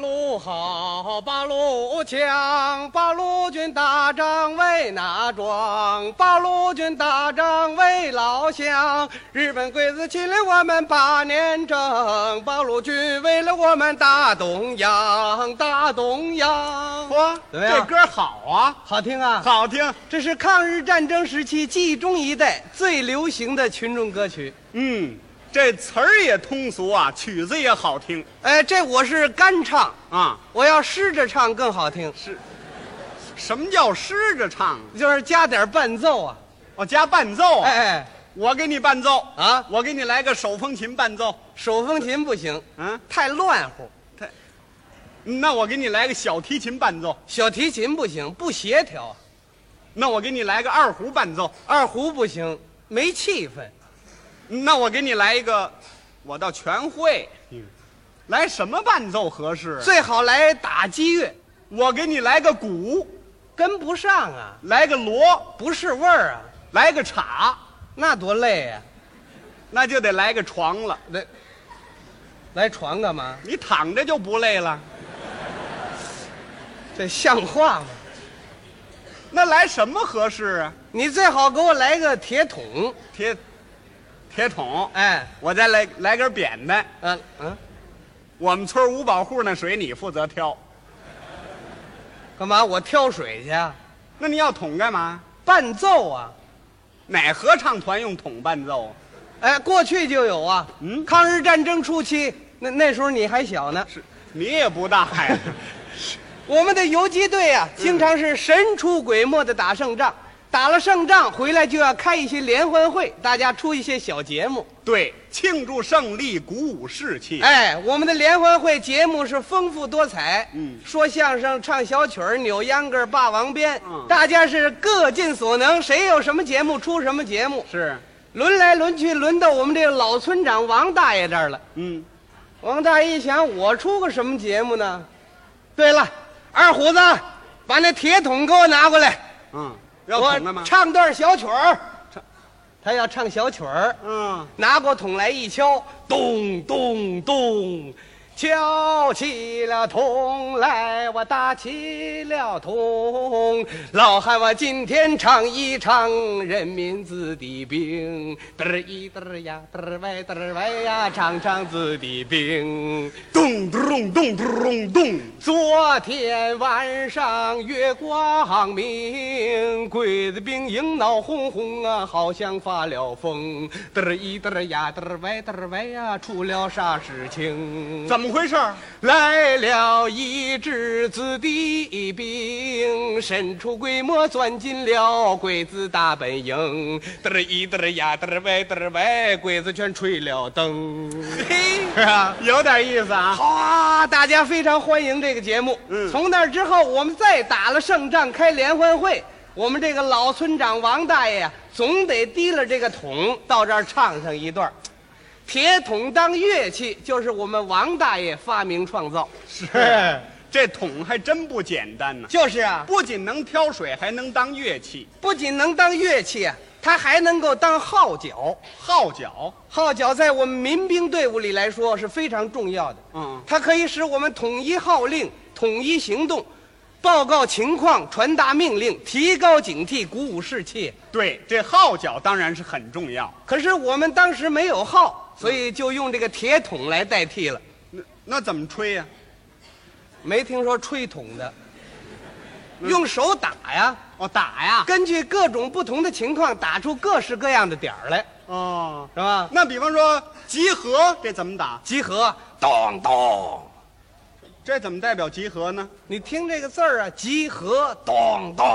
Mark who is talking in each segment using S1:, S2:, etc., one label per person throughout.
S1: 不好，八路强，八路军打仗为哪桩？八路军打仗为老乡。日本鬼子侵略我们八年整，八路军为了我们大东洋，大东洋。
S2: 嚯，
S1: 怎么样
S2: 这歌好啊，
S1: 好听啊！
S2: 好听。
S1: 这是抗日战争时期冀中一带最流行的群众歌曲。
S2: 嗯，这词儿也通俗啊，曲子也好听
S1: 哎，这我是干唱，
S2: 啊。
S1: 我要湿着唱更好听，
S2: 什么叫湿着唱啊？
S1: 就是加点伴奏啊。
S2: 我加伴奏啊，
S1: 哎
S2: 我给你伴奏
S1: 哎啊，
S2: 我给你来个手风琴伴奏。
S1: 手风琴不行，
S2: 嗯，
S1: 太乱乎；
S2: 那我给你来个小提琴伴奏，
S1: 小提琴不行，不协调；
S2: 那我给你来个二胡伴奏，
S1: 二胡不行，没气氛。
S2: 那我给你来一个，我倒全会。来什么伴奏合适啊？
S1: 最好来打击乐，
S2: 我给你来个鼓，
S1: 跟不上啊，
S2: 来个锣，
S1: 不是味儿啊，
S2: 来个镲，
S1: 那多累啊！
S2: 那就得来个床了。
S1: 来，来床干嘛？
S2: 你躺着就不累了。
S1: 这像话吗？
S2: 那来什么合适啊？
S1: 你最好给我来个铁桶，
S2: 铁，铁桶，
S1: 哎，
S2: 我再来来根扁担。
S1: 嗯、嗯，
S2: 我们村五保户那水你负责挑，
S1: 干嘛？我挑水去啊？
S2: 那你要桶干嘛？
S1: 伴奏啊？
S2: 哪合唱团用桶伴奏啊？
S1: 哎，过去就有啊。
S2: 嗯
S1: 抗日战争初期，那那时候你还小呢。
S2: 是，你也不大 呀。
S1: 我们的游击队啊，
S2: 嗯
S1: 经常是神出鬼没的打胜仗，打了胜仗回来就要开一些联欢会，大家出一些小节目。
S2: 对，庆祝胜利，鼓舞士气。
S1: 哎，我们的联欢会节目是丰富多彩，
S2: 嗯
S1: 说相声、唱小曲儿、扭秧歌儿、霸王鞭，
S2: 嗯
S1: 大家是各尽所能，谁有什么节目出什么节目，
S2: 是，
S1: 轮来轮去，轮到我们这个老村长王大爷这儿了。
S2: 嗯，
S1: 王大爷一想，我出个什么节目呢？对了，二虎子，把那铁桶给我拿过来，
S2: 嗯，要
S1: 我
S2: 桶干嘛？
S1: 唱段小曲儿。他要唱小曲儿，
S2: 嗯，
S1: 拿过桶来一敲，咚咚咚，敲起了桶来，我打起了桶。老汉，我今天唱一唱人民子弟兵，嘚儿一嘚儿呀，嘚儿歪嘚儿歪呀，唱唱子弟兵。
S2: 咚咚咚咚咚，
S1: 昨天晚上月光明，鬼子兵营闹哄哄啊，好像发了疯，嘚儿一嘚儿呀，嘚儿歪嘚儿歪呀，出了啥事情？
S2: 怎么回事？
S1: 来了一支子弟兵，神出鬼没钻进了鬼子大本营，嘚儿一嘚儿呀，嘚儿歪嘚儿歪，鬼子全吹了灯。
S2: 嘿，
S1: 是啊。
S2: 有点意思啊。
S1: 好啊！大家非常欢迎这个节目。
S2: 嗯
S1: 从那之后，我们再打了胜仗，开联欢会，我们这个老村长王大爷呀、总得提了这个桶到这儿唱上一段儿。铁桶当乐器，就是我们王大爷发明创造。
S2: 是，这桶还真不简单呢、
S1: 就是啊，
S2: 不仅能挑水，还能当乐器，
S1: 不仅能当乐器啊，它还能够当号角。
S2: 号角。
S1: 号角在我们民兵队伍里来说是非常重要的。
S2: 嗯，
S1: 它可以使我们统一号令、统一行动，报告情况、传达命令、提高警惕、鼓舞士气。
S2: 对，这号角当然是很重要。
S1: 可是我们当时没有号，所以就用这个铁桶来代替了。
S2: 那那怎么吹呀、
S1: 没听说吹桶的，用手打呀，
S2: 哦，打呀。
S1: 根据各种不同的情况打出各式各样的点儿来，
S2: 哦，
S1: 是吧？
S2: 那比方说集合，这怎么打？
S1: 集合，咚咚，
S2: 这怎么代表集合呢？
S1: 你听这个字儿啊，集合，咚咚，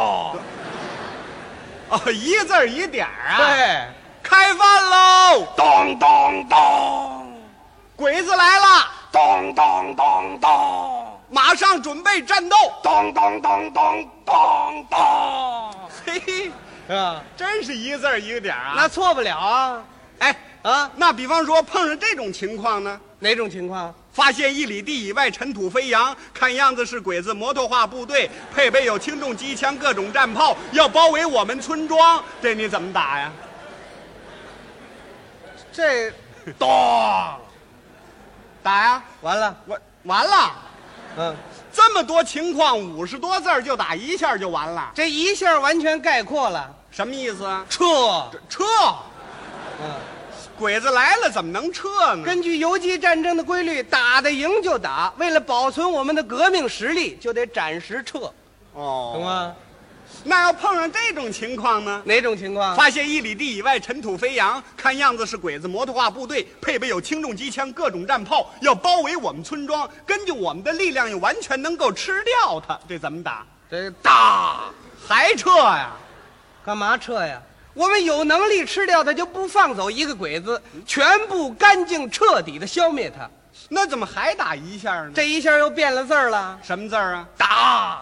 S2: 哦，一字儿一点儿啊。，
S1: 对，
S2: 开饭喽！
S1: 咚咚咚，
S2: 鬼子来了，
S1: 咚咚咚咚。
S2: 马上准备战斗。
S1: 咚咚咚咚咚咚，
S2: 嘿嘿，
S1: 是吧？
S2: 真是一字儿一个点儿啊。
S1: 那错不了啊！
S2: 哎，
S1: 啊，
S2: 那比方说碰上这种情况呢，
S1: 哪种情况？
S2: 发现一里地以外尘土飞扬，看样子是鬼子摩托化部队，配备有轻重机枪、各种战炮，要包围我们村庄，这你怎么打呀？
S1: 这
S2: 咚，打呀！
S1: 完了，
S2: 我完了，
S1: 嗯，
S2: 这么多情况，五十多字儿就打一下就完了，
S1: 这一下完全概括了。
S2: 什么意思啊？
S1: 撤，
S2: 撤！
S1: 嗯，
S2: 鬼子来了怎么能撤呢？
S1: 根据游击战争的规律，打得赢就打，为了保存我们的革命实力，就得暂时撤，
S2: 哦，
S1: 懂？吗？
S2: 那要碰上这种情况呢？
S1: 哪种情况？
S2: 发现一里地以外尘土飞扬，看样子是鬼子摩托化部队，配备有轻重机枪、各种战炮，要包围我们村庄。根据我们的力量，也完全能够吃掉它。这怎么打？
S1: 这打，
S2: 还撤呀、
S1: 干嘛撤呀？我们有能力吃掉他，就不放走一个鬼子，全部干净彻底的消灭他。
S2: 那怎么还打一下呢？
S1: 这一下又变了字儿了，
S2: 什么字儿啊？
S1: 打，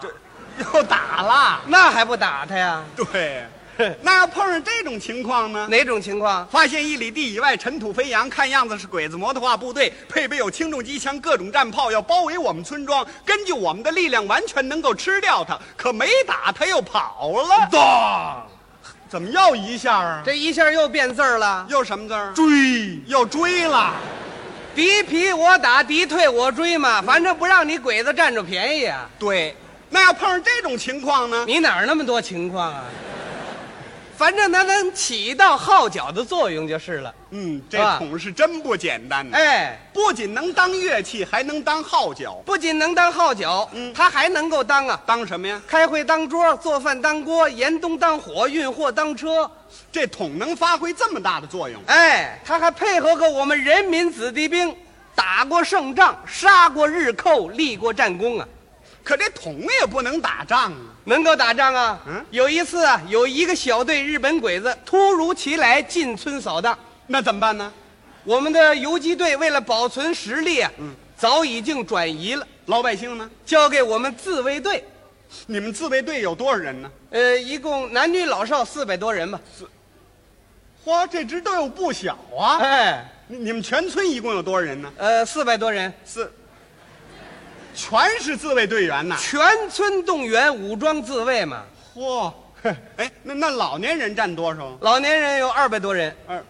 S2: 又打了。
S1: 那还不打他呀？
S2: 对，那要碰上这种情况呢？
S1: 哪种情况？
S2: 发现一里地以外尘土飞扬，看样子是鬼子摩托化部队，配备有轻重机枪、各种战炮，要包围我们村庄。根据我们的力量，完全能够吃掉它。可没打，它又跑了。
S1: 当，
S2: 怎么又一下啊？
S1: 这一下又变字儿了。
S2: 又什么字儿？
S1: 追，
S2: 又追了。
S1: 敌疲我打，敌退我追嘛，反正不让你鬼子占着便宜啊！
S2: 对，那要碰上这种情况呢？
S1: 你哪儿那么多情况啊？反正它能起到号角的作用就是了。
S2: 嗯，这
S1: 是吧
S2: 桶嗯是真不简单的，
S1: 哎，
S2: 不仅能当乐器，还能当号角，
S1: 不仅能当号角，
S2: 嗯
S1: 它还能够当啊，
S2: 当什么呀？
S1: 开会当桌，做饭当锅，严冬当火，运货当车。
S2: 这桶能发挥这么大的作用，
S1: 哎，他还配合过我们人民子弟兵，打过胜仗，杀过日寇，立过战功啊，
S2: 可这桶也不能打仗啊。
S1: 能够打仗啊。
S2: 嗯
S1: 有一次啊，有一个小队日本鬼子突如其来进村扫荡，
S2: 那怎么办呢？
S1: 我们的游击队为了保存实力啊，
S2: 嗯
S1: 早已经转移了，
S2: 老百姓呢？
S1: 交给我们自卫队。
S2: 你们自卫队有多少人呢？
S1: 呃，一共男女老少四百多人吧。
S2: 嚯，这支队伍不小啊！
S1: 哎，
S2: 你你们全村一共有多少人呢？
S1: 呃，四百多人，
S2: 四，全是自卫队员呐！
S1: 全村动员武装自卫嘛。
S2: 嚯，嘿哎，那那老年人占多少？
S1: 老年人有二百多人。
S2: 二，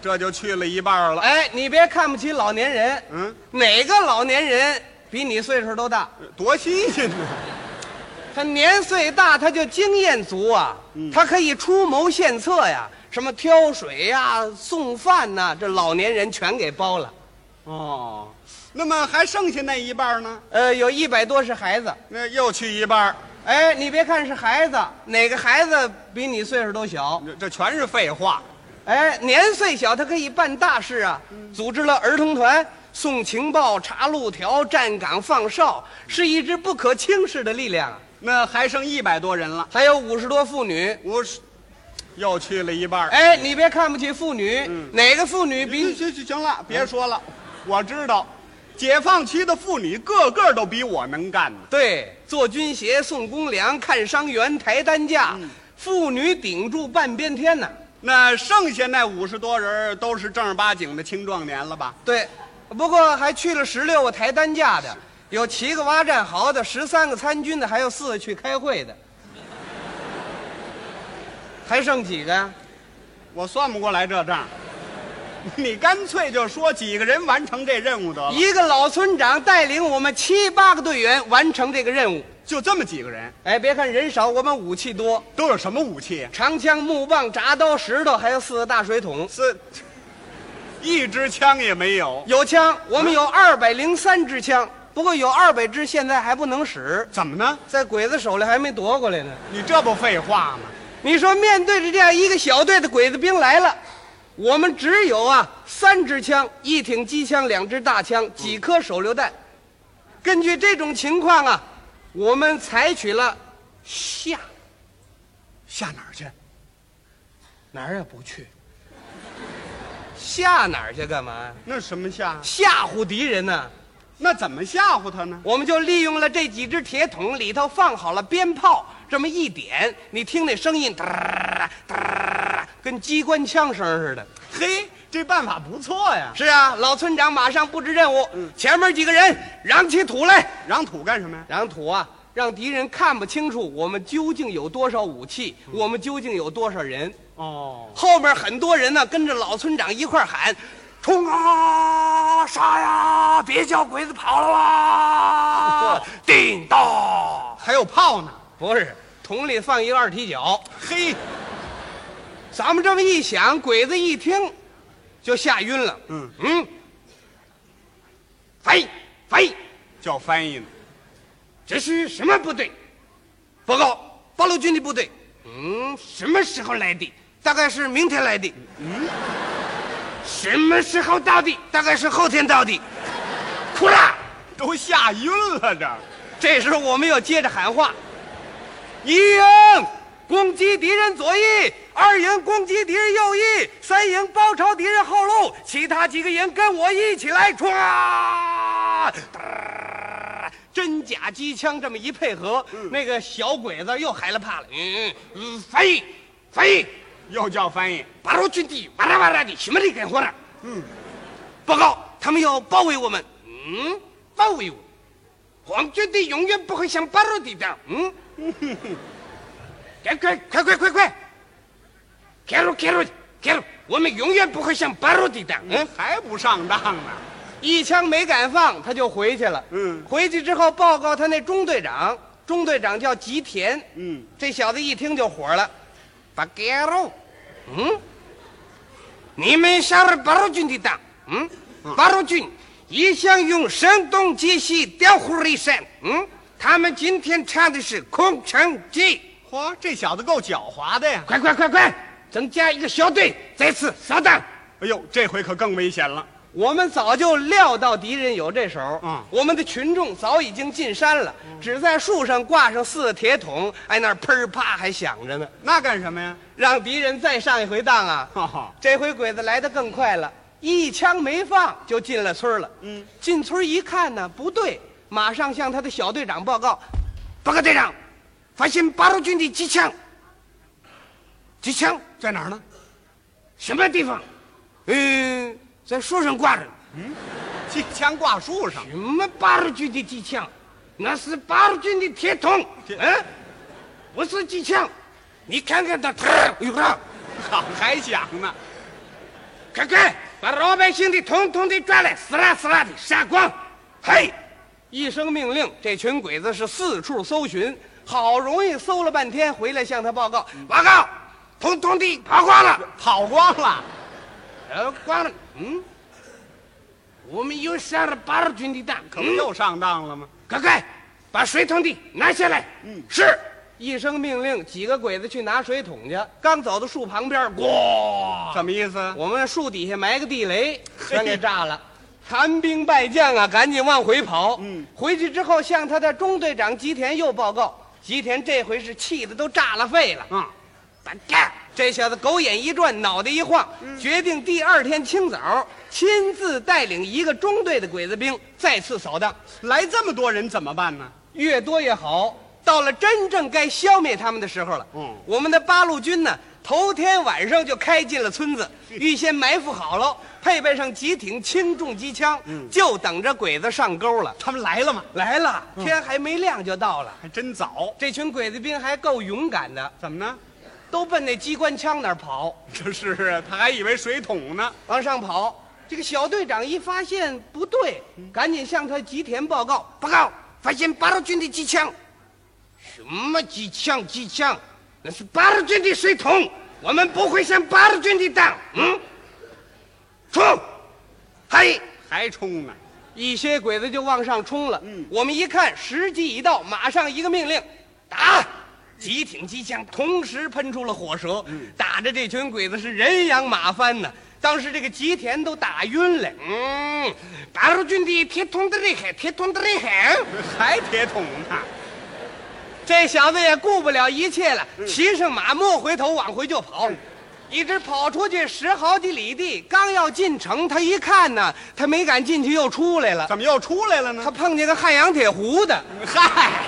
S2: 这就去了一半了。
S1: 哎，你别看不起老年人，
S2: 嗯，
S1: 哪个老年人比你岁数都大？
S2: 多新鲜呢！
S1: 他年岁大，他就经验足啊，他可以出谋献策呀，什么挑水呀、送饭呐、这老年人全给包了。
S2: 哦，那么还剩下那一半呢？
S1: 呃，有一百多是孩子。
S2: 那又去一半，
S1: 哎，你别看是孩子，哪个孩子比你岁数都小？
S2: 这这全是废话。
S1: 哎，年岁小，他可以办大事啊！组织了儿童团，送情报、查路条、站岗、放哨，是一支不可轻视的力量啊。
S2: 那还剩一百多人了，
S1: 还有五十多妇女，
S2: 我是又去了一半。
S1: 哎，你别看不起妇女，哪个妇女
S2: 行
S1: 比
S2: 行行行了，嗯别说了，我知道，解放区的妇女个个都比我能干呢。
S1: 对做军鞋、送公粮、看伤员、抬担架，妇女顶住半边天呐。
S2: 那剩下那五十多人都是正儿八经的青壮年了吧？
S1: 对，不过还去了十六个抬担架的，有七个挖战壕的，十三个参军的，还有四个去开会的，还剩几个呀？
S2: 我算不过来这账， 你干脆就说几个人完成这任务得了，
S1: 一个老村长带领我们七八个队员完成这个任务。
S2: 就这么几个人，
S1: 哎，别看人少，我们武器多，
S2: 都有什么武器？啊
S1: 长枪、木棒、铡刀、石头，还有四个大水桶。
S2: 是， 一支枪也没有，
S1: 有枪，我们有二百零三支枪，不过有二百支现在还不能使，
S2: 怎么呢？
S1: 在鬼子手里还没夺过来呢。
S2: 你这不废话吗？
S1: 你说，面对着这样一个小队的鬼子兵来了，我们只有啊三支枪、一挺机枪、两支大枪、几颗手榴弹。根据这种情况啊，我们采取了下
S2: 下哪儿去？
S1: 哪儿也不去，下哪儿去干嘛呀？
S2: 那什么下？
S1: 吓唬敌人呢、
S2: 那怎么吓唬他呢？
S1: 我们就利用了这几只铁桶，里头放好了鞭炮，这么一点，你听那声音，哒哒哒，跟机关枪声似的。
S2: 嘿，这办法不错呀。
S1: 是啊，老村长马上布置任务，前面几个人嚷起土来，
S2: 嚷土干什么呀？
S1: 嚷土啊，让敌人看不清楚我们究竟有多少武器，我们究竟有多少人。
S2: 哦，
S1: 后面很多人呢跟着老村长一块儿喊：“冲啊，杀呀，别叫鬼子跑了啊！”
S2: 还有炮呢。
S1: 不是，桶里放一个二踢脚。
S2: 嘿，
S1: 咱们这么一想，鬼子一听就吓晕了。
S2: 嗯
S1: 嗯，翻译翻译，
S2: 叫翻译呢。
S1: 这是什么部队？报告，八路军的部队。嗯，什么时候来的？大概是明天来的。嗯，什么时候到的？大概是后天到的。哭了。
S2: 都吓晕了这。
S1: 这时候我们又接着喊话：一营攻击敌人左翼，二营攻击敌人右翼，三营包抄敌人后路，其他几个营跟我一起来冲啊！哒真假机枪这么一配合，那个小鬼子又害了怕了。嗯嗯，翻译，翻译，
S2: 又叫翻译，
S1: 八路军的哇啦哇啦的，什么的干活呢？嗯，报告，他们要包围我们。嗯，包围我，皇军的永远不会像八路的的。嗯，赶快，快快快快，开路开路开路，我们永远不会像八路的的。嗯，
S2: 还不上当呢。
S1: 一枪没敢放，他就回去了。
S2: 嗯
S1: 回去之后报告他那中队长，中队长叫吉田。
S2: 嗯，
S1: 这小子一听就火了，巴盖喽，嗯，你们杀了八路军的党，嗯，八路军一向用声东击西、调虎离山，嗯，他们今天唱的是《空城计》，
S2: 嚯，这小子够狡猾的呀！
S1: 快快快快，增加一个小队，再次扫荡。
S2: 哎呦，这回可更危险了。
S1: 我们早就料到敌人有这手，
S2: 嗯
S1: 我们的群众早已经进山了，只在树上挂上四个铁桶，哎，那儿砰儿啪还响着呢，
S2: 那干什么呀？
S1: 让敌人再上一回当啊！
S2: 哈哈，
S1: 这回鬼子来得更快了，一枪没放就进了村儿了。
S2: 嗯，
S1: 进村儿一看呢，不对，马上向他的小队长报告：“报告队长，发现八路军的机枪。机枪
S2: 在哪儿呢？
S1: 什么地方？嗯，在树上挂着。
S2: 机枪挂树上。
S1: 什么八路军的机枪？那是八路军的铁桶。嗯，不是机枪。你看看他，哎呦啊
S2: 好，还想呢？
S1: 快快把老百姓的统统的抓来，死啦死啦的杀光！嘿，一声命令，这群鬼子是四处搜寻，好容易搜了半天，回来向他报告：
S2: 嗯
S1: 报告，统统的跑光了，
S2: 跑光了。
S1: 跑光了。嗯，我们又杀了八路军的蛋，
S2: 可不又上当了吗？
S1: 快快把水桶的拿下来。嗯，是。一声命令，几个鬼子去拿水桶去。刚走到树旁边，咣！
S2: 什么意思？
S1: 我们树底下埋个地雷，全给炸了。残兵败将啊，赶紧往回跑。
S2: 嗯，
S1: 回去之后向他的中队长吉田又报告。吉田这回是气的都炸了肺了。
S2: 啊，
S1: 打架！这小子狗眼一转，脑袋一晃，决定第二天清早亲自带领一个中队的鬼子兵再次扫荡，
S2: 来这么多人怎么办呢？
S1: 越多越好。到了真正该消灭他们的时候了。
S2: 嗯
S1: 我们的八路军呢，头天晚上就开进了村子，预先埋伏好了，配备上几挺轻重机枪，就等着鬼子上钩了。
S2: 他们来了吗？
S1: 来了，天还没亮就到了。
S2: 还真早。
S1: 这群鬼子兵还够勇敢的，
S2: 怎么呢？
S1: 都奔那机关枪那儿跑，
S2: 这是啊，他还以为水桶呢。
S1: 往上跑。这个小队长一发现不对，赶紧向他吉田报告：报告，发现八路军的机枪。什么机枪？机枪？那是八路军的水桶，我们不会上八路军的当。嗯，冲！嘿，
S2: 还冲呢。
S1: 一些鬼子就往上冲了。嗯，我们一看时机已到，马上一个命令，打！几挺机枪同时喷出了火舌，打着这群鬼子是人仰马翻呐。当时这个吉田都打晕了。嗯，八路军的铁桶的厉害，铁桶的厉害。
S2: 还铁桶呢。
S1: 这小子也顾不了一切了，骑上马，没回头往回就跑，一直跑出去十好几里地。刚要进城，他一看呢，他没敢进去，又出来了。
S2: 怎么又出来了呢？
S1: 他碰见个汉阳铁壶的，
S2: 嗨，